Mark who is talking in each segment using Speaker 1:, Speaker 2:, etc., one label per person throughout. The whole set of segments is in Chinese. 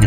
Speaker 1: 女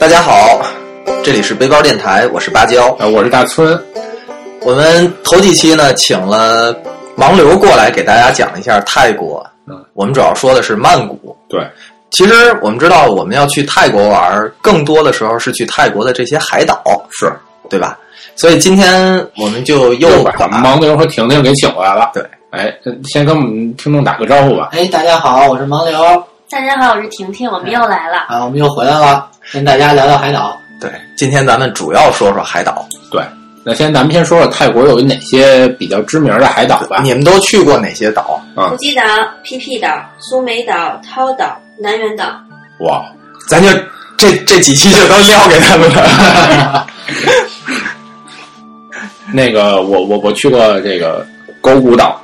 Speaker 2: 大家好，这里是背包电台，我是芭蕉。
Speaker 1: 呃，我是大村，
Speaker 2: 我们头几期呢，请了盲流过来给大家讲一下泰国。
Speaker 1: 嗯，
Speaker 2: 我们主要说的是曼谷。
Speaker 1: 对，
Speaker 2: 其实我们知道，我们要去泰国玩，更多的时候是去泰国的这些海岛，
Speaker 1: 是
Speaker 2: 对吧？所以今天我们就
Speaker 1: 又
Speaker 2: 又
Speaker 1: 把
Speaker 2: 把
Speaker 1: 盲流和婷婷给请过来了。
Speaker 2: 对，
Speaker 1: 哎，先跟我们听众打个招呼吧。
Speaker 3: 哎，大家好，我是盲流
Speaker 4: 大家好，我是婷婷，我们又来了。
Speaker 3: 啊，我们又回来了，跟大家聊聊海岛。
Speaker 2: 对，今天咱们主要说说海岛。
Speaker 1: 对，那先咱们先说说泰国有哪些比较知名的海岛吧。
Speaker 2: 你们都去过哪些岛？
Speaker 1: 啊
Speaker 4: 普吉岛、皮皮岛、苏梅岛、涛岛、南园岛。
Speaker 1: 哇，
Speaker 2: 咱就这这几期就都撂给他们了。
Speaker 1: 那个我我我去过这个狗谷岛，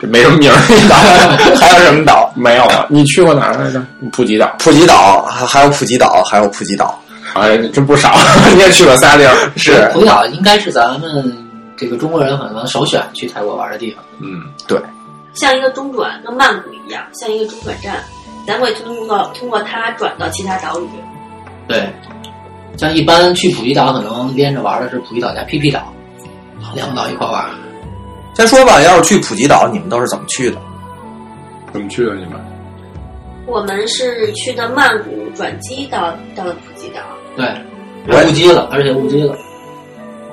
Speaker 1: 这没什么名儿的岛，
Speaker 2: 还有什么岛？
Speaker 1: 没有啊？你去过哪儿来着？普吉岛，
Speaker 2: 普吉岛，还还有普吉岛，还有普吉岛。
Speaker 1: 啊，真不少，你也去过仨地儿。
Speaker 2: 是，
Speaker 3: 普吉岛应该是咱们这个中国人可能首选去泰国玩的地方。
Speaker 1: 嗯，
Speaker 4: 像一个中转，跟曼谷一样，像一个中转站，咱会通过通过它转到其他岛屿。
Speaker 3: 对，像一般去普吉岛可能连着玩的是普吉岛加 PP 岛，两个岛一块玩。
Speaker 2: 先说吧，要是去普吉岛，你们都是怎么去的？
Speaker 1: 怎么去的啊你们？
Speaker 4: 我们是去的曼谷转机到到了普吉岛，
Speaker 3: 对，
Speaker 2: 对
Speaker 3: 误机了，而且误机了。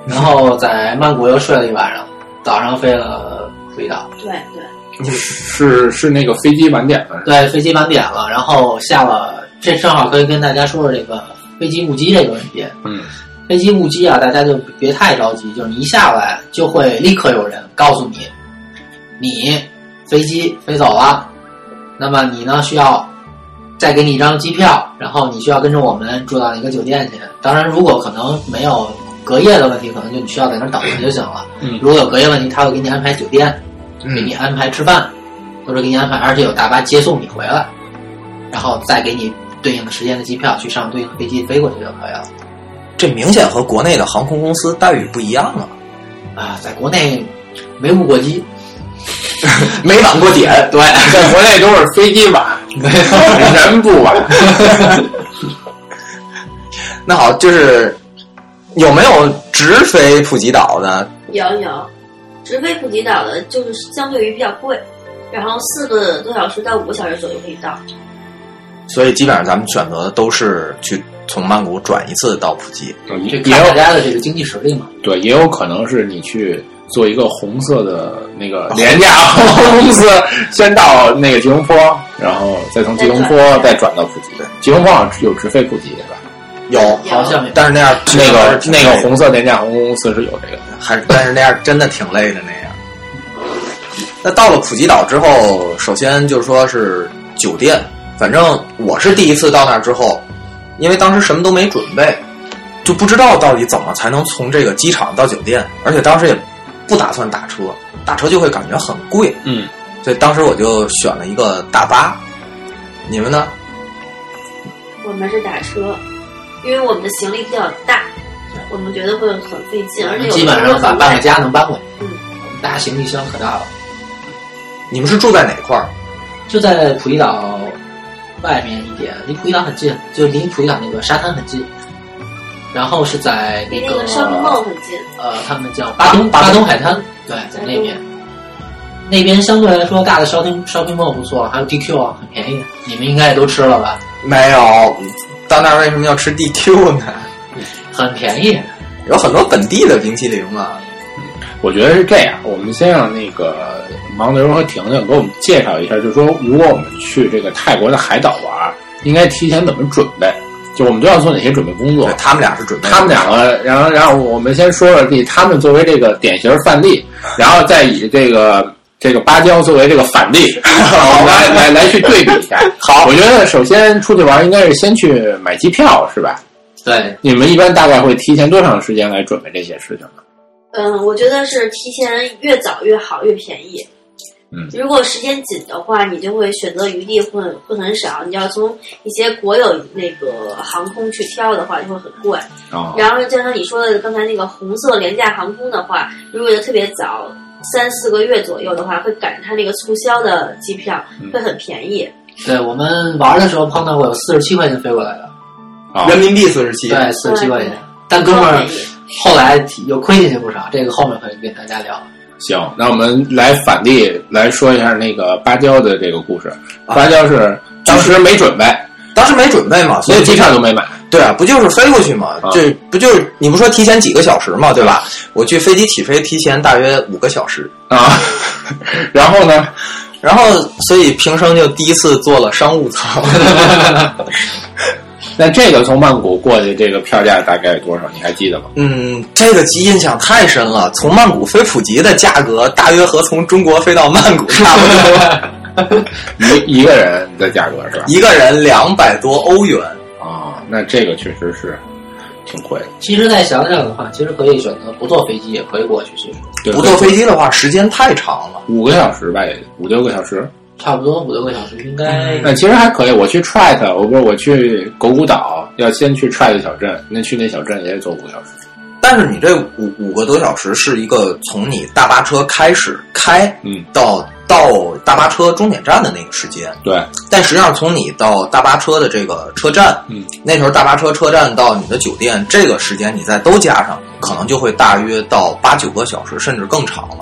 Speaker 3: 然后在曼谷又睡了一晚上，早上飞了普吉岛。
Speaker 4: 对对，
Speaker 1: 是是那个飞机晚点的，
Speaker 3: 对，飞机晚点了，然后下了，这正好可以跟大家说说这个飞机误机这个问题。
Speaker 1: 嗯，
Speaker 3: 飞机误机啊，大家就别太着急，就是你一下来就会立刻有人告诉你，你飞机飞走了，那么你呢需要再给你一张机票，然后你需要跟着我们住到一个酒店去。当然，如果可能没有隔夜的问题，可能就你需要在那儿等着就行了。
Speaker 1: 嗯
Speaker 3: 如果有隔夜问题，他会给你安排酒店。给
Speaker 2: 嗯
Speaker 3: 你安排吃饭，或者给你安排，而且有大巴接送你回来，然后再给你对应的时间的机票去上对应的飞机飞过去就可以了。
Speaker 2: 这明显和国内的航空公司待遇不一样啊，
Speaker 3: 啊，在国内没误过机，
Speaker 2: 没晚过点。
Speaker 3: 对，
Speaker 1: 在国内都是飞机晚， 人不晚。
Speaker 2: 那好，就是有没有直飞普吉岛的？
Speaker 4: 有有，直飞普吉岛的就是相对于比较贵，然后四个多小时到五个小时左右可以到。
Speaker 2: 所以基本上咱们选择的都是去从曼谷转一次到普吉。
Speaker 3: 这
Speaker 1: 也
Speaker 3: 看大
Speaker 1: 有
Speaker 3: 家的这个经济实力嘛。
Speaker 1: 对，也有可能是你去做一个红色的那个
Speaker 2: 哦
Speaker 1: 廉 价航空公司，先到那个吉隆坡，然后再从吉隆坡再转到普吉。吉隆坡好像有直飞普吉对吧？
Speaker 2: 有，
Speaker 4: 有
Speaker 3: 好像
Speaker 2: 但是那样
Speaker 1: 那个
Speaker 2: 其实还
Speaker 1: 那
Speaker 2: 是挺累
Speaker 1: 个
Speaker 2: 的
Speaker 1: 红色廉价航空公司是有这个的。
Speaker 2: 还是但是那样真的挺累的那样。那到了普吉岛之后，首先就是说是酒店，反正我是第一次到那儿之后，因为当时什么都没准备，就不知道到底怎么才能从这个机场到酒店，而且当时也不打算打车，打车就会感觉很贵，
Speaker 1: 嗯，
Speaker 2: 所以当时我就选了一个大巴。你们呢？
Speaker 4: 我们是打车，因为我们的行李比较大，我们觉得会很费劲，而且有
Speaker 3: 基本上把半个家能搬回去。
Speaker 4: 嗯，
Speaker 3: 大行李箱可大了，
Speaker 2: 你们是住在哪块儿？
Speaker 3: 就在普吉岛外面一点，离普吉岛很近，就离普吉岛那个沙滩很近。然后是在那
Speaker 4: 离那
Speaker 3: 个
Speaker 4: 个商务梦很近。
Speaker 3: 呃，他们叫巴东巴东海滩，对，在那边，
Speaker 4: 嗯
Speaker 3: 那边相对来说大的 shopping shopping mall 不错，还有 DQ 啊，很便宜，你们应该也都吃了吧？
Speaker 2: 没有，到那儿为什么要吃 DQ 呢？
Speaker 3: 很便宜，
Speaker 2: 有很多本地的冰淇淋啊。
Speaker 1: 我觉得是这样，我们先让那个盲流和婷婷给我们介绍一下，就是说，如果我们去这个泰国的海岛玩，应该提前怎么准备？就我们都要做哪些准备工作
Speaker 2: 对，？他们俩是准备
Speaker 1: 他们两个，然后 然后我们先说说这他们作为这个典型范例，然后再以这个这个芭蕉作为这个反例，我们 来来来去对比一下。好，我觉得首先出去玩应该是先去买机票，是吧？
Speaker 3: 对，
Speaker 1: 你们一般大概会提前多长时间来准备这些事情呢？
Speaker 4: 嗯，我觉得是提前越早越好，越便宜。
Speaker 1: 嗯
Speaker 4: 如果时间紧的话，你就会选择余地会会很少。你要从一些国有那个航空去挑的话，就会很贵。
Speaker 1: 哦，
Speaker 4: 然后就像你说的刚才那个红色廉价航空的话，如果有特别早三四个月左右的话，会赶上它那个促销的机票
Speaker 1: 嗯，
Speaker 4: 会很便宜。
Speaker 3: 对我们玩的时候碰到过有四十七块钱飞过来的，
Speaker 1: 哦
Speaker 2: 人民币四十七，
Speaker 3: 对，四十七块钱。但哥
Speaker 4: 更
Speaker 3: 们儿
Speaker 4: 便宜。
Speaker 3: 后来又亏进去不少，这个后面会跟大家聊。
Speaker 1: 行，那我们来反例来说一下那个芭蕉的这个故事。芭蕉是当时没准备，
Speaker 2: 当时没准备嘛，所
Speaker 1: 连
Speaker 2: 以
Speaker 1: 机票都没买。
Speaker 2: 对啊，不就是飞过去嘛
Speaker 1: 啊？
Speaker 2: 这不就是你不说提前几个小时嘛，对吧？我去飞机起飞提前大约五个小时，
Speaker 1: 啊， 然后呢？
Speaker 2: 然后所以平生就第一次坐了商务 舱，
Speaker 1: 那这个从曼谷过去，这个票价大概多少？你还记得吗？
Speaker 2: 嗯，这个印象太深了。从曼谷飞普吉的价格，大约和从中国飞到曼谷差 不多，
Speaker 1: 一一个人的价格是吧？
Speaker 2: 一个人两百多欧元。
Speaker 1: 啊、那这个确实是挺贵的。
Speaker 3: 其实再想想的话，其实可以选择不坐飞机也可以过去，其实
Speaker 1: 对
Speaker 2: 不坐飞机的话，时间太长了。
Speaker 1: 五个小时吧，也五六个小时。
Speaker 3: 差不多五六个小时应该。
Speaker 1: 那其实还可以。我去 Trat，我不是我去狗谷岛，要先去 Trat 小镇，那去那小镇也得坐五个小时。
Speaker 2: 但是你这五五个多小时是一个从你大巴车开始开，
Speaker 1: 嗯，
Speaker 2: 到到大巴车终点站的那个时间。
Speaker 1: 对，
Speaker 2: 但实际上，从你到大巴车的这个车站，
Speaker 1: 嗯，
Speaker 2: 那时候大巴车车站到你的酒店这个时间，你再都加上，可能就会大约到八九个小时，甚至更长了。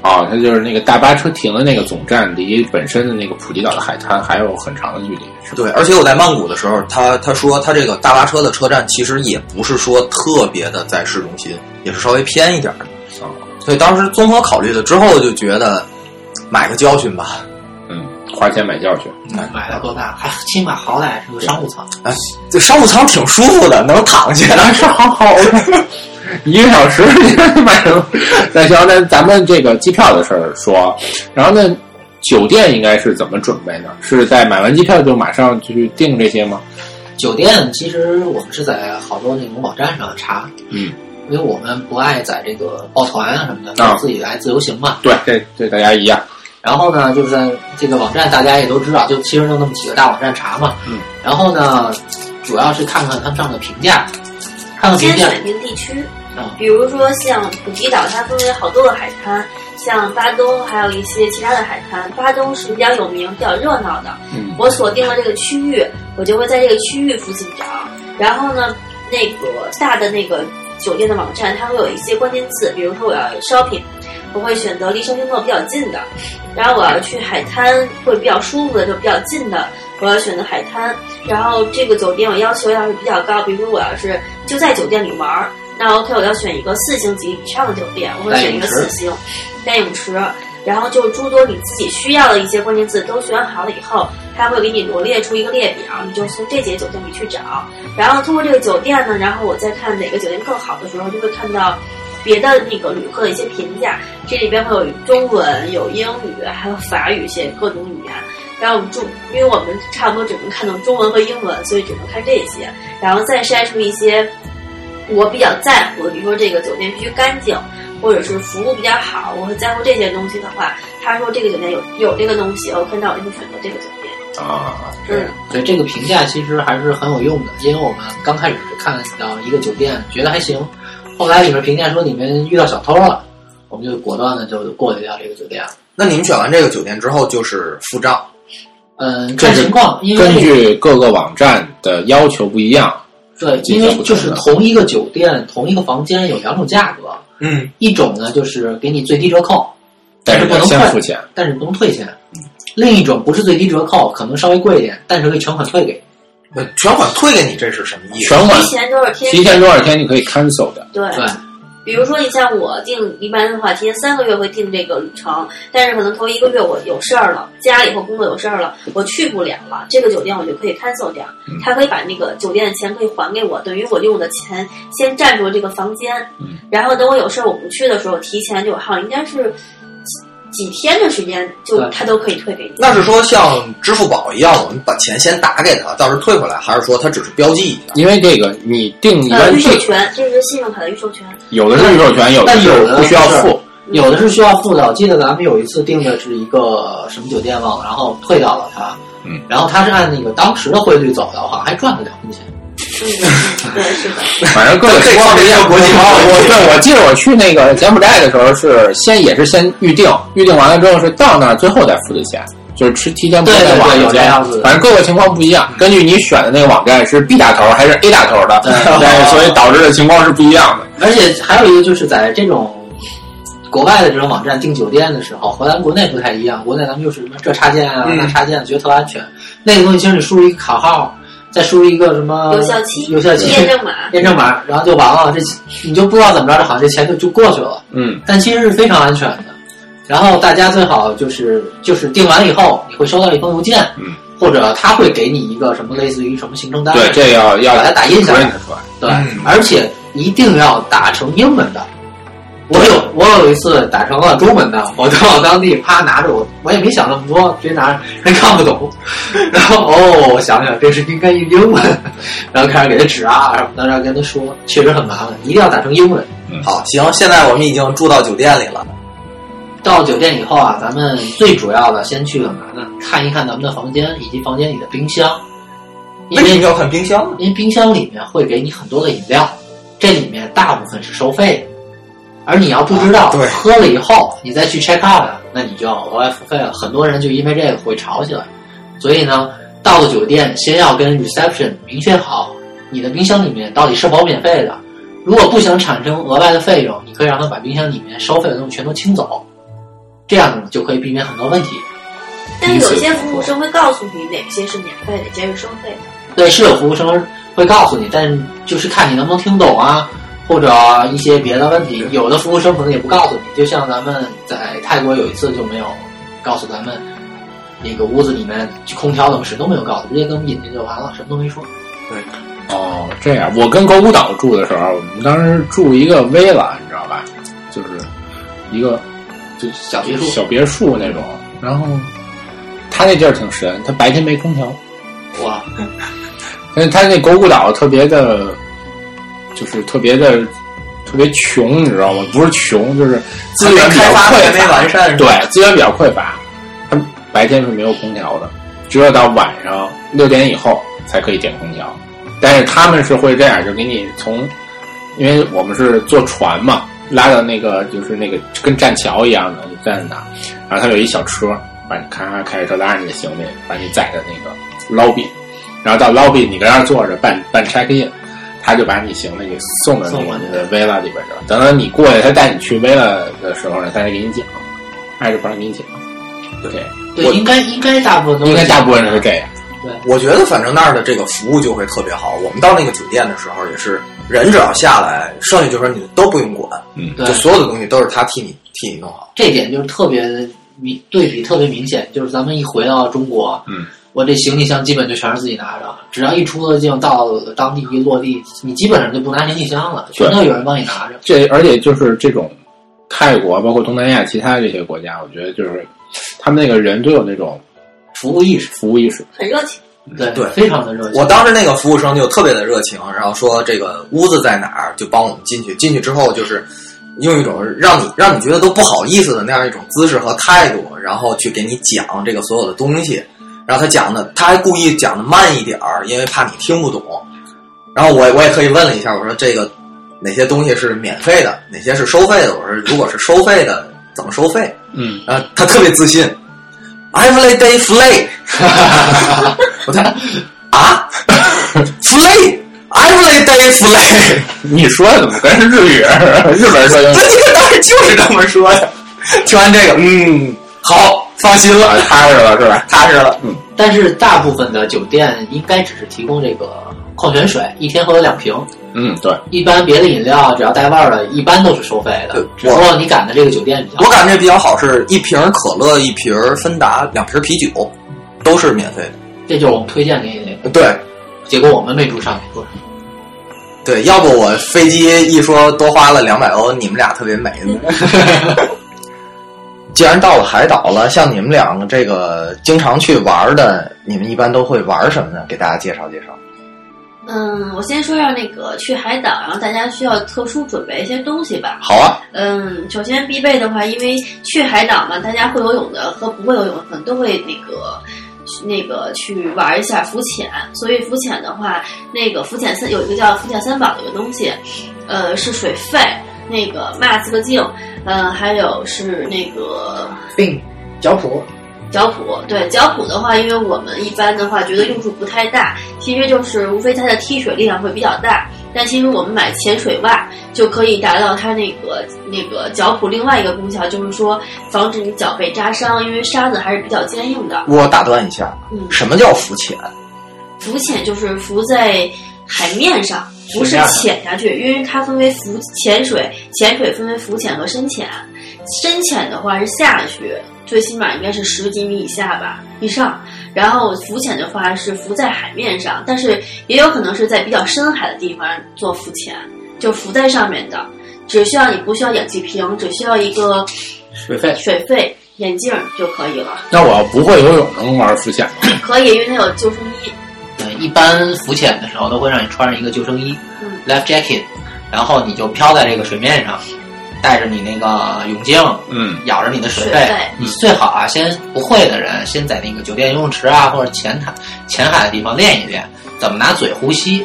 Speaker 1: 啊、它就是那个大巴车停的那个总站，离本身的那个普吉岛的海滩还有很长的距离，是吧？
Speaker 2: 对，而且我在曼谷的时候，他他说他这个大巴车的车站其实也不是说特别的在市中心，也是稍微偏一点儿的。
Speaker 1: 啊、
Speaker 2: 所以当时综合考虑了之后，就觉得买个教训吧。
Speaker 1: 嗯，花钱买教训。
Speaker 3: 买了多大？还起码好歹是个商务舱，
Speaker 2: 哎，这商务舱挺舒服的，能躺下。
Speaker 1: 好好的， 一个小时买什么？那行，那咱们这个机票的事儿说，然后呢，酒店应该是怎么准备呢？是在买完机票就马上去订这些吗？
Speaker 3: 酒店其实我们是在好多那种网站上查，
Speaker 1: 嗯，
Speaker 3: 因为我们不爱在这个抱团啊什么
Speaker 1: 啊
Speaker 3: 的，自己来自由行嘛。
Speaker 1: 对，这对大家一样。
Speaker 3: 然后呢，就是在这个网站大家也都知道，就其实就那么几个大网站查嘛。
Speaker 1: 嗯。
Speaker 3: 然后呢，主要是看看他们上的评价，看看评
Speaker 4: 先
Speaker 3: 价。
Speaker 4: 选定地区
Speaker 3: 啊，
Speaker 4: 比如说像普吉岛，它分为好多个海滩，像巴东，还有一些其他的海滩。巴东是比较有名、比较热闹的。
Speaker 1: 嗯
Speaker 4: 我锁定了这个区域，我就会在这个区域附近找。然后呢，那个大的那个酒店的网站，它会有一些关键字，比如说我要 shopping，我会选择离休星座比较近的。然后我要去海滩，会比较舒服的，就比较近的，我要选择海滩。然后这个酒店我要求要是比较高，比如说我要是就在酒店里玩儿，那 OK，我要选一个四星级以上的酒店，我会选一个四星，带泳池，然后就诸多你自己需要的一些关键字都选好了以后，它会给你罗列出一个列表，你就从这些酒店里去找，然后通过这个酒店呢，然后我再看哪个酒店更好的时候，就会看到。别的那个旅客的一些评价，这里边会有中文、有英语，还有法语，一些各种语言。然后我们中，因为我们差不多只能看到中文和英文，所以只能看这些，然后再筛出一些我比较在乎的，比如说这个酒店必须干净，或者是服务比较好，我会在乎这些东西的话，他说这个酒店有有这个东西，OK，那我就会选择这个酒店。
Speaker 1: 啊，
Speaker 4: 嗯，
Speaker 3: 对这个评价其实还是很有用的，因为我们刚开始看到一个酒店，觉得还行，后来里面评价说你们遇到小偷了，我们就果断的就过滤掉这个酒店了。
Speaker 2: 那你们选完这个酒店之后，就是付账。
Speaker 3: 嗯，
Speaker 1: 这
Speaker 3: 看
Speaker 1: 是
Speaker 3: 情况，因
Speaker 1: 根
Speaker 3: 为
Speaker 1: 据各个网站的要求不一样。
Speaker 3: 对，因为就是同一个酒店、同一个房间有两种价格，
Speaker 2: 嗯，
Speaker 3: 一种呢就是给你最低折扣，
Speaker 1: 但是
Speaker 3: 不能
Speaker 1: 先
Speaker 3: 快
Speaker 1: 付钱，
Speaker 3: 但是不能退钱；另一种不是最低折扣，可能稍微贵一点，但是可以全款退给你。
Speaker 2: 呃全款退给你，这是什么意思？
Speaker 1: 全款
Speaker 4: 提前多少天？
Speaker 1: 提前多少天你可以 cancel 的。
Speaker 4: 对。
Speaker 3: 对，
Speaker 4: 比如说，你像我定一般的话，提前三个月会定这个旅程，但是可能头一个月我有事儿了，家里或工作有事儿了，我去不了了，这个酒店我就可以 cancel 掉
Speaker 1: 嗯，
Speaker 4: 他可以把那个酒店的钱可以还给我，等于我用我的钱先占住这个房间
Speaker 1: 嗯，
Speaker 4: 然后等我有事儿我不去的时候，提前就好，应该是几天的时间就
Speaker 3: 对
Speaker 4: 他都可以退给你。
Speaker 2: 那是说像支付宝一样，我们把钱先打给他，到时候退回来，还是说他只是标记一下？
Speaker 1: 因为这个你定一
Speaker 4: 呃，
Speaker 1: 般
Speaker 4: 预
Speaker 1: 定
Speaker 4: 授，权，这是信用卡的预授权。
Speaker 1: 有的是预授权，有
Speaker 3: 但
Speaker 1: 是
Speaker 3: 有的
Speaker 1: 不需要
Speaker 3: 是
Speaker 1: 付。
Speaker 3: 有的是需要付的。我记得咱们有一次订的是一个什么酒店忘了，然后退掉了它。
Speaker 1: 嗯，
Speaker 3: 然后它是按那个当时的汇率走的话，还赚了两分钱。
Speaker 4: 嗯，嗯对，是的。
Speaker 1: 反正各个
Speaker 2: 可以
Speaker 1: 情况
Speaker 2: 放
Speaker 1: 不一样。
Speaker 2: 这个国际化
Speaker 1: 我对，我记得我去那个柬埔寨的时候是先也是先预定，预定完了之后是到那儿最后再付的钱，就是吃提前不会
Speaker 3: 对对
Speaker 1: 在
Speaker 3: 对
Speaker 1: 网
Speaker 3: 有
Speaker 1: 上
Speaker 3: 这
Speaker 1: 交
Speaker 3: 样子的嗯
Speaker 1: 反正各个情况不一样，根据你选的那个网站是 B 打头还是 A 打头的，
Speaker 3: 对
Speaker 1: 对，所以导致的情况是不一样的。
Speaker 3: 而且还有一个就是在这种国外的这种网站订酒店的时候，和咱国内不太一样。国内咱们就是什么这插件啊、
Speaker 2: 嗯
Speaker 3: 那插件，觉得特安全。那个东西其实你输入一个卡号，再输入一个什么
Speaker 4: 有效期
Speaker 3: 有效期
Speaker 4: 验证码，
Speaker 3: 验证码，然后就完了。这你就不知道怎么着，这好像这钱就就过去了。
Speaker 1: 嗯，
Speaker 3: 但其实是非常安全的。然后大家最好就是就是订完了以后，你会收到一封邮件，
Speaker 1: 嗯，
Speaker 3: 或者他会给你一个什么类似于什么行程单，
Speaker 1: 对，这要要
Speaker 3: 把它打印下来
Speaker 1: print 出来。
Speaker 3: 对
Speaker 2: 嗯
Speaker 3: 而且一定要打成英文的。我有我有一次打成了中文的， 我到当地啪拿着我，我也没想那么多，直接拿着人看不懂， 然后哦，我想想这是应该用英文， 然后开始给他指啊什么的，然后跟他说，确实很麻烦，一定要打成英文。
Speaker 2: 好，行，现在我们已经住到酒店里了。
Speaker 3: 到酒店以后啊，咱们最主要的先去干嘛呢？看一看咱们的房间以及房间里的冰箱，因
Speaker 2: 为什
Speaker 3: 为
Speaker 2: 么要看冰箱呢？
Speaker 3: 因为冰箱里面会给你很多的饮料，这里面大部分是收费的，而你要不知道、
Speaker 2: 啊对
Speaker 3: 喝了以后你再去 check out，那啊你就要额外付费了。很多人就因为这个会吵起来，所以呢，到了酒店先要跟 reception 明确好你的冰箱里面到底是否免费的。如果不想产生额外的费用，你可以让他把冰箱里面收费的东西全都清走，这样就可以避免很多问题。
Speaker 4: 但是有些服务生会告诉你哪些是免费的，哪些是收费的。
Speaker 3: 对，是有服务生会告诉你，但是就是看你能不能听懂啊，或者一些别的问题。有的服务生可能也不告诉你，就像咱们在泰国有一次就没有告诉咱们那个屋子里面空调怎么使都没有告诉，直接给我们引进就完了，什么都没说。
Speaker 1: 哦，这样，我跟狗谷岛住的时候，我们当时住一个 villa，你知道吧？就是一个就
Speaker 3: 小别墅
Speaker 1: 小别墅那种。然后他那地儿挺神，他白天没空调，
Speaker 3: 哇，
Speaker 1: 但是他那狗谷岛特别的，就是特别的特别穷，你知道吗？不是穷，就是资源比较
Speaker 2: 开发的
Speaker 1: 匮
Speaker 2: 还没
Speaker 1: 乏，
Speaker 2: 完善，是吧，
Speaker 1: 对，资源比较匮乏，他白天是没有空调的，只有到晚上六点以后才可以点空调。但是他们是会这样，就给你从，因为我们是坐船嘛，拉到那个就是那个跟栈桥一样的，就站在那儿，然后他有一小车，把你咔咔开着车拉着你的行李，把你载到那个 lobby，然后到 lobby 你跟那儿坐着办办 check in，他就把你行李给送到那
Speaker 3: 送
Speaker 1: 个
Speaker 3: 过去
Speaker 1: 你的 villa 里边去了。等到你过去，他带你去 villa 的时候呢，他再给你讲，挨着不让给你讲。对，
Speaker 3: 对，
Speaker 1: 我
Speaker 3: 应该应该大部分都是
Speaker 1: 应该大部分人是这样。
Speaker 2: 我觉得反正那儿的这个服务就会特别好。我们到那个酒店的时候也是，人只要下来，剩下就是你都不用管，
Speaker 1: 嗯
Speaker 3: 对
Speaker 2: 就所有的东西都是他替你替你弄好。
Speaker 3: 这点就是特别明对比特别明显，就是咱们一回到中国，
Speaker 1: 嗯，
Speaker 3: 我这行李箱基本就全是自己拿着，只要一出了境到了当地一落地，你基本上就不拿行李箱了，
Speaker 1: 对
Speaker 3: 全都有人帮你拿着。
Speaker 1: 这而且就是这种泰国，包括东南亚其他这些国家，我觉得就是他们那个人都有那种
Speaker 3: 服务意识，
Speaker 1: 服务意识。
Speaker 4: 很热情，
Speaker 3: 对
Speaker 2: 对
Speaker 3: 非常的热情。
Speaker 2: 我当时那个服务生就特别的热情，然后说这个屋子在哪儿，就帮我们进去。进去之后就是用一种让你让你觉得都不好意思的那样一种姿势和态度，然后去给你讲这个所有的东西。然后他讲的，他还故意讲的慢一点儿，因为怕你听不懂。然后我我也特意问了一下，我说这个哪些东西是免费的，哪些是收费的？我说如果是收费的，怎么收费？
Speaker 1: 嗯，
Speaker 2: 然后啊他特别自信，every day flay，我在啊，flay，every day flay，
Speaker 1: 你说的怎么跟日语、日本人说的
Speaker 2: 那这个当时就是这么说的。听完这个，嗯，好，放心了，
Speaker 1: 啊踏实了是吧？
Speaker 2: 踏实了。
Speaker 3: 但是大部分的酒店应该只是提供这个矿泉水，一天喝两瓶。
Speaker 1: 嗯，对，
Speaker 3: 一般别的饮料只要带味儿的，一般都是收费的
Speaker 2: 对，
Speaker 3: 只不过你赶的这个酒店比较
Speaker 2: 我感觉比较好是一瓶可乐，一瓶芬达，两瓶啤酒，都是免费的。
Speaker 3: 这就是我们推荐给你的。
Speaker 2: 对
Speaker 3: 结果我们没住上，你说
Speaker 2: 对，要不我飞机一说多花了两百欧，你们俩特别美。 既然到了海岛了，像你们两个这个经常去玩的，你们一般都会玩什么呢？给大家介绍介绍。
Speaker 4: 嗯，我先说一下那个去海岛，然后大家需要特殊准备一些东西吧。
Speaker 2: 好啊，
Speaker 4: 嗯，首先必备的话，因为去海岛嘛，大家会游泳的和不会游泳的可能都会那个那个去玩一下浮潜，所以浮潜的话，那个浮潜三有一个叫浮潜三宝的一个东西，呃，是水肺、那个 mask 镜，呃，还有是那个
Speaker 3: 并脚蹼，
Speaker 4: 脚蹼，对脚蹼的话，因为我们一般的话觉得用处不太大，其实就是无非它的踢水力量会比较大，但其实我们买潜水袜就可以达到它那个那个脚蹼另外一个功效，就是说防止你脚被扎伤，因为沙子还是比较坚硬的。
Speaker 2: 我打断一下，
Speaker 4: 嗯，
Speaker 2: 什么叫浮潜？
Speaker 4: 浮潜就是浮在海面上，不是
Speaker 3: 水面上
Speaker 4: 潜下去，因为它分为浮潜水，潜水分为浮潜和深潜。深潜的话是下去，最起码应该是十几米以下吧，以上。然后浮潜的话是浮在海面上，但是也有可能是在比较深海的地方做浮潜，就浮在上面的，只需要你不需要氧气瓶，只需要一个
Speaker 3: 水费
Speaker 4: 水肺眼镜就可以了。
Speaker 1: 那我要不会游泳，能玩浮潜？
Speaker 4: 可以，因为它有救生衣。
Speaker 3: 对，呃一般浮潜的时候都会让你穿上一个救生衣
Speaker 4: 嗯
Speaker 3: （life jacket），然后你就漂在这个水面上，带着你那个泳镜，
Speaker 1: 嗯，
Speaker 3: 咬着你的水
Speaker 4: 水
Speaker 3: 肺。
Speaker 4: 肺
Speaker 3: 你最好啊，先不会的人，先在那个酒店游泳池啊，或者浅海、浅海的地方练一练，怎么拿嘴呼吸。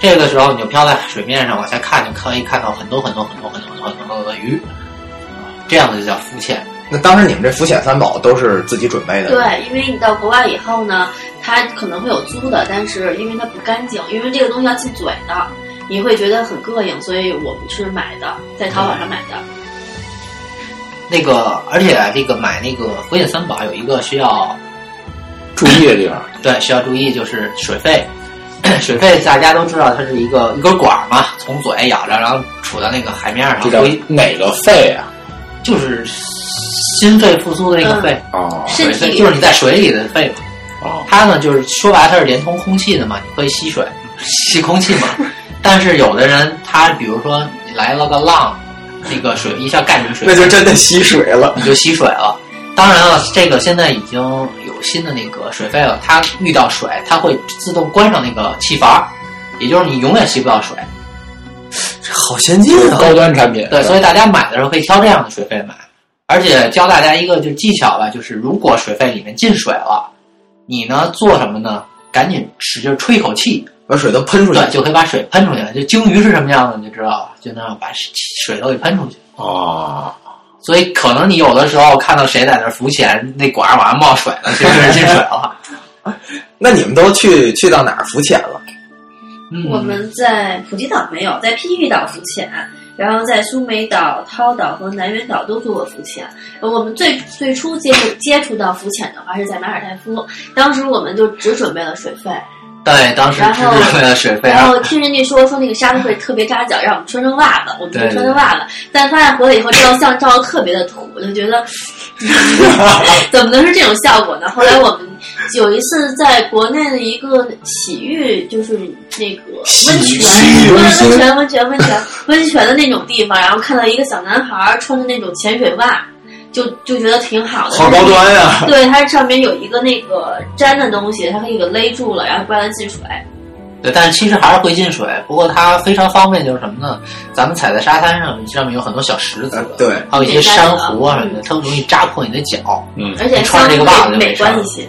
Speaker 3: 这个时候你就漂在水面上往下看，就可以看到很多很多很多很多很多很多的鱼，啊这样子就叫浮潜。
Speaker 2: 那当时你们这浮潜三宝都是自己准备的，
Speaker 4: 对，因为你到国外以后呢，它可能会有租的，但是因为它不干净，因为这个东西要进嘴的，你会觉得很膈应，所以我们是买的，在淘宝上买的。
Speaker 3: 嗯那个，而且这个买那个浮潜三宝有一个需要
Speaker 1: 注意的地方，
Speaker 3: 对，需要注意就是水肺。水肺大家都知道，它是一个一根管儿嘛，从嘴咬着，然后杵到那个海面上，
Speaker 1: 这叫
Speaker 3: 所以
Speaker 1: 哪个肺啊？
Speaker 3: 就是心肺复苏的那个肺，
Speaker 1: 哦
Speaker 4: 嗯身
Speaker 3: 水肺
Speaker 4: 体
Speaker 3: 就是你在水里的肺嘛。
Speaker 1: 哦，
Speaker 3: 它呢，就是说白了，它是连通空气的嘛，你可以吸水、吸空气嘛。但是有的人，他比如说你来了个浪，那个水一下盖住水，
Speaker 2: 那就真的吸水了。
Speaker 3: 你就吸水了。当然了，这个现在已经有新的那个水费了，它遇到水，它会自动关上那个气阀，也就是你永远吸不到水。
Speaker 2: 好先进啊！
Speaker 1: 高端产品。
Speaker 3: 对，所以大家买的时候可以挑这样的水费买。而且教大家一个就是技巧吧，就是如果水费里面进水了，你呢做什么呢？赶紧使劲吹一口气，
Speaker 2: 把水都喷出去
Speaker 3: 对，，就可以把水喷出去了。就鲸鱼是什么样的，你就知道了，就那样把水水都给喷出去。
Speaker 1: 哦，
Speaker 3: 所以可能你有的时候看到谁在那儿浮潜，那管儿往上冒水了，其实是进水了。
Speaker 2: 那你们都去去到哪儿浮潜了？
Speaker 3: 嗯
Speaker 4: 我们在普吉岛没有，在 PP 岛浮潜，然后在苏梅岛、涛岛和南园岛都做过浮潜。我们最最初接触接触到浮潜的话是在马尔代夫，当时我们就只准备了水费，
Speaker 3: 对当时只是为了水费，啊
Speaker 4: 然后听人家说说那个沙子会特别扎脚，让我们穿成袜子，我们就
Speaker 3: 对
Speaker 4: 穿成袜子，但发现回来以后照相照的特别的土，我就觉得嗯怎么能是这种效果呢？后来我们有一次在国内的一个洗浴，就是那个温泉
Speaker 1: 洗浴，
Speaker 4: 温温泉温泉温泉温泉的那种地方，然后看到一个小男孩穿着那种潜水袜，就就觉得挺好的，
Speaker 2: 好高端呀、
Speaker 4: 对，它上面有一个那个粘的东西，它可以给勒住了，然后不让它进水。
Speaker 3: 对，但是其实还是会进水。不过它非常方便，就是什么呢？咱们踩在沙滩上，上面有很多小石子
Speaker 2: 呃，对，
Speaker 3: 还有一些珊瑚啊什么的，它容易扎破你的脚。
Speaker 1: 嗯，
Speaker 4: 而且
Speaker 3: 穿
Speaker 4: 相
Speaker 3: 着这
Speaker 4: 对
Speaker 3: 个袜子就没
Speaker 4: 美
Speaker 3: 事儿
Speaker 4: 观一些。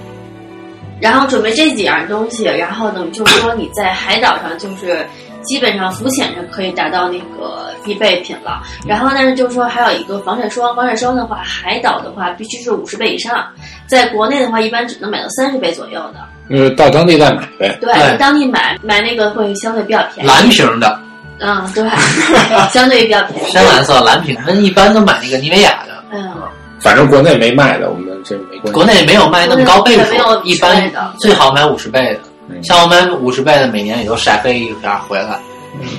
Speaker 4: 然后准备这几样东西，然后呢，就是说你在海岛上就是基本上浮潜是可以达到那个必备品了。然后但是就是说还有一个防晒霜，防晒霜的话，海岛的话必须是五十倍以上，在国内的话一般只能买到三十倍左右的。
Speaker 1: 呃，到当地再买呗。
Speaker 4: 对，
Speaker 3: 对
Speaker 4: 当地买买那个会相对比较便宜。
Speaker 3: 蓝瓶的，
Speaker 4: 嗯，对， 相对比较便宜。
Speaker 3: 深蓝色蓝瓶，那一般都买那个妮维雅的。
Speaker 4: 嗯，
Speaker 1: 反正国内没卖的，我们这没关系。
Speaker 3: 国内没有卖那么高倍
Speaker 4: 没有
Speaker 3: 数，一
Speaker 4: 50
Speaker 3: 般
Speaker 4: 倍的
Speaker 3: 最好买五十倍的。
Speaker 1: 嗯
Speaker 3: 像我买五十倍的，每年也都晒黑一下回来，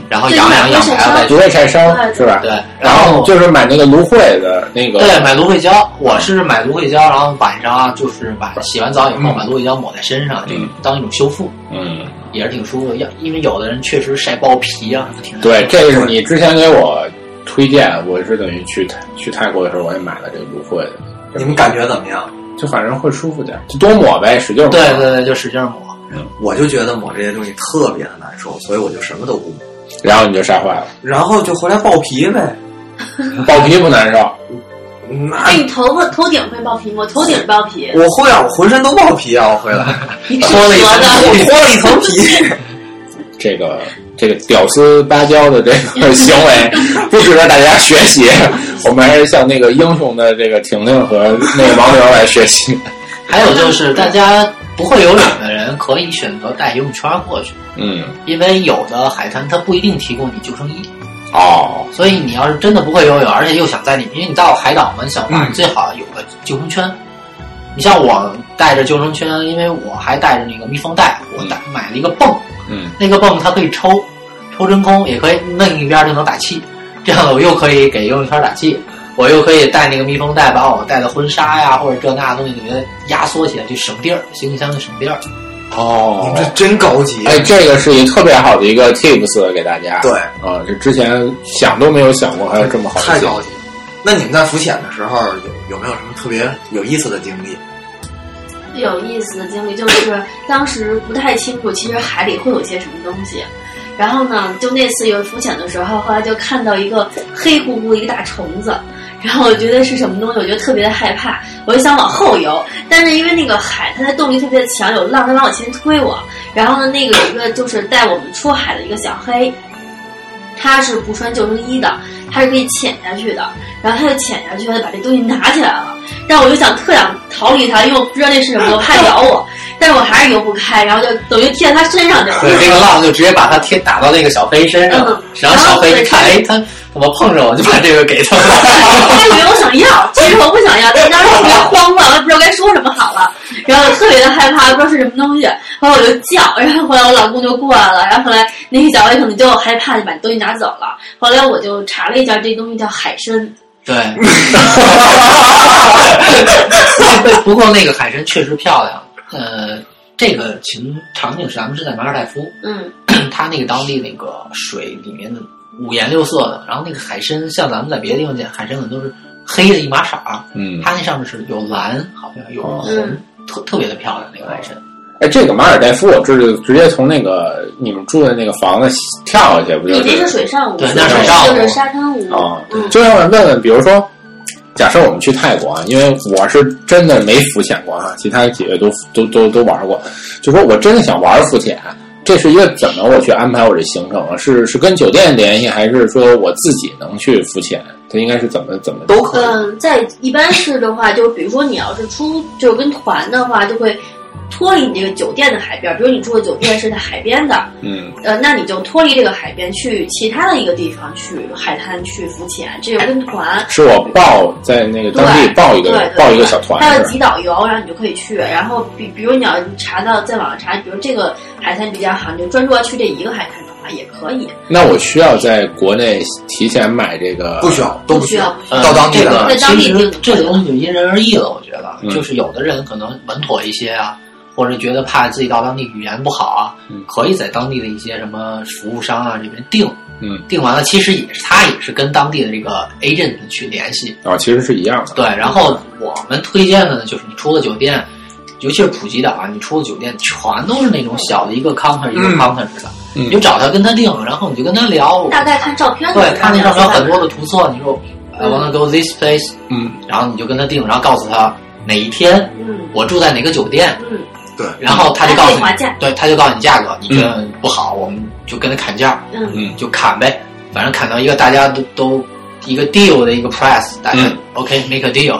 Speaker 3: 然后
Speaker 4: 对
Speaker 3: 养养
Speaker 4: 就
Speaker 3: 养
Speaker 4: 是
Speaker 3: 白了再
Speaker 1: 不
Speaker 3: 去。
Speaker 1: 会晒伤是吧？
Speaker 3: 对，
Speaker 1: 然后就是买那个芦荟的那个，
Speaker 3: 对，买芦荟胶，我是买芦荟胶，然后晚上啊，就是把洗完澡以后把芦荟胶抹在身上，就
Speaker 1: 嗯
Speaker 3: 当一种修复，
Speaker 1: 嗯，
Speaker 3: 也是挺舒服的。要因为有的人确实晒爆皮啊，挺难
Speaker 1: 对，这是你之前给我推荐，我是等于去泰去泰国的时候，我也买了这个芦荟的，
Speaker 2: 你们感觉怎么样？
Speaker 1: 就反正会舒服点，就多抹呗，使劲抹。
Speaker 3: 对对对，就使劲抹。
Speaker 2: 我就觉得抹这些东西特别的难受，所以我就什么都不抹，
Speaker 1: 然后你就晒坏了，
Speaker 2: 然后就回来爆皮呗。
Speaker 1: 爆皮不难受，
Speaker 2: 那
Speaker 4: 哎，你头发头顶会爆皮吗？头顶爆皮，
Speaker 2: 我会啊，我浑身都爆皮啊，我回来
Speaker 4: 你
Speaker 2: 脱
Speaker 4: 是
Speaker 2: 了一
Speaker 4: 折
Speaker 2: 层，
Speaker 4: 的。
Speaker 2: 我脱了一层 皮。
Speaker 1: 这个这个屌丝芭蕉的这个行为不值得大家学习。我们还是向那个英雄的这个婷婷和那个网友来学习。
Speaker 3: 还有就是，大家不会游泳的人可以选择带游泳圈过去，
Speaker 1: 嗯，
Speaker 3: 因为有的海滩它不一定提供你救生衣，
Speaker 1: 哦，
Speaker 3: 所以你要是真的不会游泳，而且又想在里面，因为你到海岛嘛，你想玩，
Speaker 1: 嗯
Speaker 3: 最好有个救生圈。你像我带着救生圈，因为我还带着那个密封袋，我带买了一个泵，
Speaker 1: 嗯，
Speaker 3: 那个泵它可以抽，抽真空，也可以另一边就能打气，这样我又可以给游泳圈打气，我又可以带那个密封袋把我带的婚纱呀或者这那的东西给它压缩起来，就省地儿，行李箱就省地儿。
Speaker 1: 哦，
Speaker 2: 这真高级。啊
Speaker 1: 哎，这个是一个特别好的一个 tips 给大家。
Speaker 2: 对，
Speaker 1: 啊，这之前想都没有想过还有这么好的
Speaker 2: 太
Speaker 1: 建议
Speaker 2: 高级了。那你们在浮潜的时候有有没有什么特别有意思的经历？
Speaker 4: 有意思的经历就是当时不太清楚，其实海里会有些什么东西。然后呢，就那次有浮潜的时候，后来就看到一个黑乎乎一个大虫子，然后我觉得是什么东西，我就特别的害怕，我就想往后游，但是因为那个海它的动力特别的强，有浪它往我前推我。然后呢，那个有一个就是带我们出海的一个小黑，他是不穿救生衣的，他是可以潜下去的，然后他就潜下去，他就把这东西拿起来了。但我就想特想逃离它，因为我不知道那是什么，我怕咬我，但是我还是游不开，然后就等于贴在它身上就
Speaker 3: 对，这个浪就直接把它贴打到那个小飞身上，
Speaker 4: 嗯
Speaker 3: 然后小飞一看，
Speaker 4: 然后
Speaker 3: 哎，他怎么碰着我，就把这个给他 了。
Speaker 4: 我以为我想要，其实我不想要，但是当时特别慌乱，我也不知道该说什么好了，然后特别的害怕，不知道是什么东西，后来我就叫，然后后来我老公就过来了，然后后来那个小黑可能就害怕，就把东西拿走了，后来我就查了一下，这东西叫海参，
Speaker 3: 对， 不过那个海参确实漂亮。呃，这个情场景是咱们是在马尔代夫，
Speaker 4: 嗯，
Speaker 3: 它那个当地那个水里面的五颜六色的，然后那个海参像咱们在别的地方见海参可能都是黑的一麻色儿，
Speaker 1: 嗯，
Speaker 3: 它那上面是有蓝，好像有红，
Speaker 4: 嗯
Speaker 3: 特特别的漂亮那个海参。
Speaker 1: 哎，这个马尔代夫，我这就直接从那个你们住的那个房子跳下去，不就
Speaker 4: 已经是水上屋，
Speaker 3: 对
Speaker 1: 那是水上屋
Speaker 4: 就是沙滩屋，
Speaker 1: 啊，
Speaker 4: 嗯
Speaker 1: 就让人问问，比如说，假设我们去泰国啊，因为我是真的没浮潜过啊，其他几位都都都都玩过，就说我真的想玩浮潜，这是一个怎么我去安排我这行程啊？是是跟酒店联系，还是说我自己能去浮潜？它应该是怎么怎么
Speaker 2: 都可以。
Speaker 4: 嗯，在一般是的话，就比如说你要是出就是跟团的话，就会脱离你这个酒店的海边儿。比如你住的酒店是在海边的，
Speaker 1: 嗯
Speaker 4: 呃，那你就脱离这个海边，去其他的一个地方去海滩去浮潜，这个跟团。
Speaker 1: 是我报在那个当地
Speaker 4: 对
Speaker 1: 报一个
Speaker 4: 对对
Speaker 1: 报一个小团
Speaker 4: 还有
Speaker 1: 是吧？
Speaker 4: 几导游，然后你就可以去。然后比比如你要查到在网上查，比如这个海滩比较好，你就专注要去这一个海滩的话也可以。
Speaker 1: 那我需要在国内提前买这个？
Speaker 2: 不需要，都不
Speaker 4: 不需要，
Speaker 3: 呃
Speaker 2: 到当地
Speaker 3: 这
Speaker 2: 的
Speaker 3: 个
Speaker 4: 在当地
Speaker 3: 其
Speaker 4: 定
Speaker 3: 实
Speaker 4: 的
Speaker 3: 这个东西就因人而异了，我觉得，
Speaker 1: 嗯
Speaker 3: 就是有的人可能稳妥一些啊，或者觉得怕自己到当地语言不好啊，
Speaker 1: 嗯
Speaker 3: 可以在当地的一些什么服务商啊这边订，
Speaker 1: 嗯，
Speaker 3: 订完了其实也是他也是跟当地的这个 agent 去联系，
Speaker 1: 啊，其实是一样的。
Speaker 3: 对，然后我们推荐的呢，就是你出了酒店，尤其是普吉岛啊，你出了酒店全都是那种小的一个 counter 一个
Speaker 2: 嗯
Speaker 3: counter 似的，
Speaker 1: 嗯
Speaker 3: 你就找他跟他定，然后你就跟他聊，
Speaker 4: 大概看照片，
Speaker 3: 对他那上面有很多的图册，你说 I
Speaker 4: 嗯
Speaker 3: wanna go this place。
Speaker 1: 嗯，
Speaker 3: 然后你就跟他定，然后告诉他哪一天
Speaker 4: 嗯
Speaker 3: 我住在哪个酒店，
Speaker 4: 嗯，
Speaker 3: 然后他就告
Speaker 4: 还
Speaker 3: 诉
Speaker 4: 可以
Speaker 3: 你
Speaker 4: 划，价，
Speaker 3: 对，他就告诉你价格，你觉得不好，我们就跟他砍价，
Speaker 4: 嗯
Speaker 1: 嗯
Speaker 3: 就砍呗，反正砍到一个大家都都一个 deal 的一个 price，大家、
Speaker 1: 嗯
Speaker 3: OK make a deal，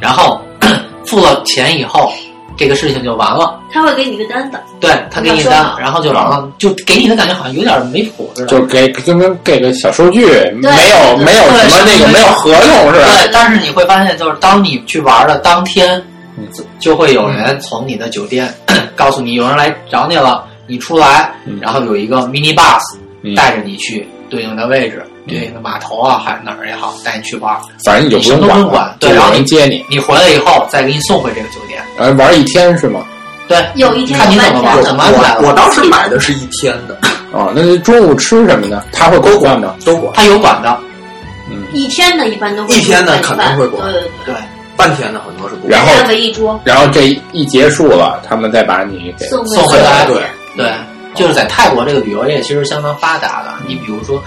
Speaker 3: 然后 付了钱以后，这个事情就完了。
Speaker 4: 他会给你一个单的，
Speaker 3: 对他给你
Speaker 4: 那说
Speaker 3: 单
Speaker 4: 好，
Speaker 3: 然后就完了，就给你的感觉好像有点没谱似的。
Speaker 1: 就给就跟给个小收据，没有
Speaker 4: 对
Speaker 1: 没有什么那个
Speaker 3: 对
Speaker 1: 没有合同是吧？
Speaker 3: 对，但是你会发现，就是当你去玩的当天
Speaker 1: 嗯，
Speaker 3: 就会有人从你的酒店 告诉你，有人来找你了，你出来
Speaker 1: 嗯，
Speaker 3: 然后有一个 mini bus
Speaker 1: 嗯
Speaker 3: 带着你去对应的位置、
Speaker 1: 嗯
Speaker 3: 对应的码头啊，还是哪儿也好，带你去玩。
Speaker 1: 反正你就不用
Speaker 3: 你什么都不用
Speaker 1: 管
Speaker 3: 管
Speaker 1: 了，
Speaker 3: 对啊
Speaker 1: 就
Speaker 3: 然
Speaker 1: 有
Speaker 3: 后
Speaker 1: 人接你，
Speaker 3: 你回来以后，再给你送回这个酒店。
Speaker 1: 然后玩一天是吗？
Speaker 3: 对，
Speaker 4: 有一天
Speaker 3: 看你
Speaker 4: 有
Speaker 3: 怎么
Speaker 4: 半
Speaker 3: 玩，
Speaker 4: 天
Speaker 3: 怎么安排
Speaker 2: 我我
Speaker 3: 了。
Speaker 2: 当时买的是一天的，
Speaker 1: 哦，那中午吃什么呢？他会管饭吗？
Speaker 2: 都管。
Speaker 3: 他有管的，
Speaker 1: 嗯，
Speaker 4: 一天的一般都会
Speaker 2: 一天的肯定会管
Speaker 4: 对对
Speaker 3: 对，
Speaker 4: 对，
Speaker 2: 半天的很多是不会
Speaker 1: 然后
Speaker 4: 三个一桌
Speaker 1: 然后这一结束了，他们再把你给
Speaker 4: 送回
Speaker 3: 送回来
Speaker 4: 来，
Speaker 2: 对
Speaker 3: 对，就是在泰国这个旅游业其实相当发达的。你比如说，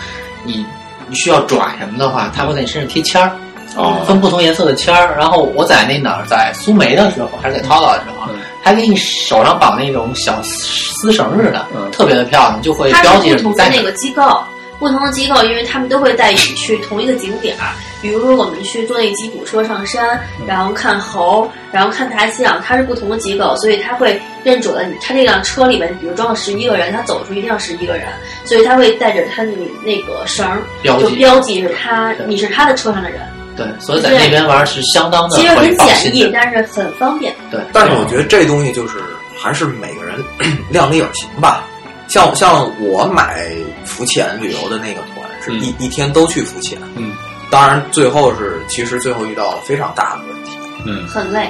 Speaker 3: 你你需要转什么的话，他会在你身上贴签儿，
Speaker 1: 哦
Speaker 3: 分不同颜色的签儿。然后我在那哪儿，在苏梅的时候，还是在涛涛的时候
Speaker 1: 嗯，
Speaker 3: 还给你手上绑那种小丝绳似的
Speaker 1: 嗯，
Speaker 3: 特别的漂亮，就会
Speaker 4: 它
Speaker 3: 标记
Speaker 4: 是不
Speaker 3: 着你
Speaker 4: 同
Speaker 3: 在
Speaker 4: 的
Speaker 3: 哪
Speaker 4: 那
Speaker 3: 儿。
Speaker 4: 个机构，不同的机构，因为他们都会带你去同一个景点儿。比如说，我们去坐那吉普车上山，然后看猴，然后看大象，它是不同的机构，所以它会认准了你。它这辆车里面，比如装了十一个人，它走出一定要十一个人，所以它会带着它的那个绳儿，
Speaker 3: 标
Speaker 4: 就
Speaker 3: 记
Speaker 4: 标记是它
Speaker 3: 对，
Speaker 4: 你是它的车上的人。
Speaker 3: 对，所以在那边玩儿是相当的
Speaker 4: 其实
Speaker 3: 会
Speaker 4: 很
Speaker 3: 放
Speaker 4: 简
Speaker 3: 心
Speaker 4: 易，
Speaker 3: 的。
Speaker 4: 但是很方便。
Speaker 3: 对，
Speaker 2: 但是我觉得这东西就是还是每个人 量力而行吧。像像我买浮潜旅游的那个团，是一、一天都去浮潜，
Speaker 1: 嗯，
Speaker 2: 当然最后是其实最后遇到了非常大的问题，
Speaker 1: 嗯，
Speaker 4: 很累。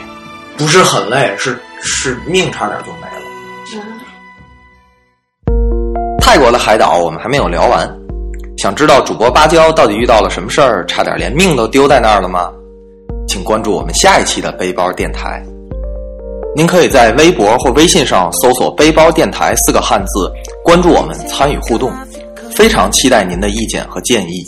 Speaker 2: 不是很累，是是命差点就没了。
Speaker 4: 嗯，
Speaker 2: 泰国的海岛我们还没有聊完，想知道主播芭蕉到底遇到了什么事儿，差点连命都丢在那儿了吗？请关注我们下一期的背包电台。您可以在微博或微信上搜索“背包电台”四个汉字，关注我们，参与互动。非常期待您的意见和建议。